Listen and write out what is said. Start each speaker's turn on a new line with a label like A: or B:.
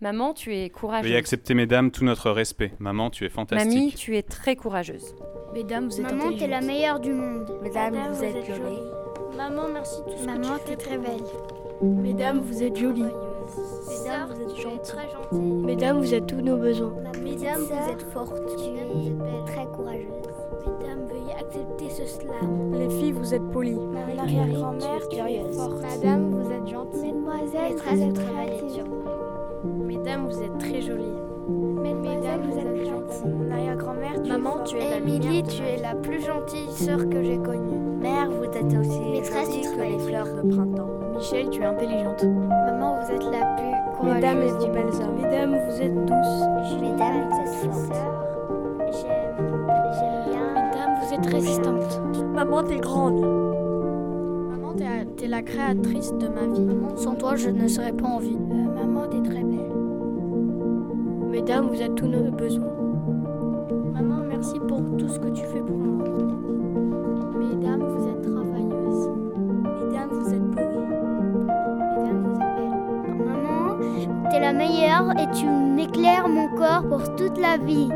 A: Maman, tu es courageuse.
B: Veuillez accepter, mesdames, tout notre respect. Maman, tu es fantastique.
A: Mamie, tu es très courageuse.
C: Mesdames, vous êtes
D: Maman, t'es la
C: intelligentes.
D: meilleure du monde.
E: Madame, vous êtes jolie.
F: Maman, merci tout ce
D: Maman,
F: que tu
D: t'es
F: fais
D: très
F: pour
D: belle.
C: Mesdames, vous êtes jolies.
F: nous.
E: Mesdames, vous êtes
F: tu es
E: gentilles.
F: très gentille.
C: Mesdames, vous êtes tous nos besoins.
E: Mesdames, vous êtes fortes.
F: Tu es très courageuse. Mesdames, veuillez accepter ce cela.
C: Les filles, vous êtes polies.
E: L'arrière-grand-mère, tu es forte. Madame, vous êtes gentille.
F: Mademoiselle,
E: Maîtresse, vous travaillez dur.
F: Mesdames, vous êtes très jolies.
E: Mesdames, vous êtes gentille. Mon arrière-grand-mère, tu
F: Maman, tu es la
E: Émilie,
F: lumière de
E: tu
F: ma
E: es la plus gentille sœur que j'ai connue. Mère, vous êtes aussi
D: Maîtresse, tu
E: que
D: travailles
E: les fleurs de printemps.
C: Michel, tu es intelligente.
F: Oh,
E: Maman, vous êtes la plus courageuse du monde.
C: Mesdames, vous êtes douces.
E: Mesdames, vous êtes fortes. J'aime bien.
F: Mesdames, vous êtes résistantes.
C: Maman, t'es grande.
F: Maman, t'es, t'es la créatrice de ma vie. Sans toi, je ne serais pas en vie.
E: maman, t'es très belle.
C: Mesdames, vous êtes tous nos besoins.
F: Maman, merci pour tout ce que tu fais pour moi. Mesdames, vous êtes travailleuses.
E: Mesdames, vous êtes beaux.
D: Mesdames, vous êtes belles.
E: Maman,
D: T'es la meilleure et tu m'éclaires mon corps pour toute la vie.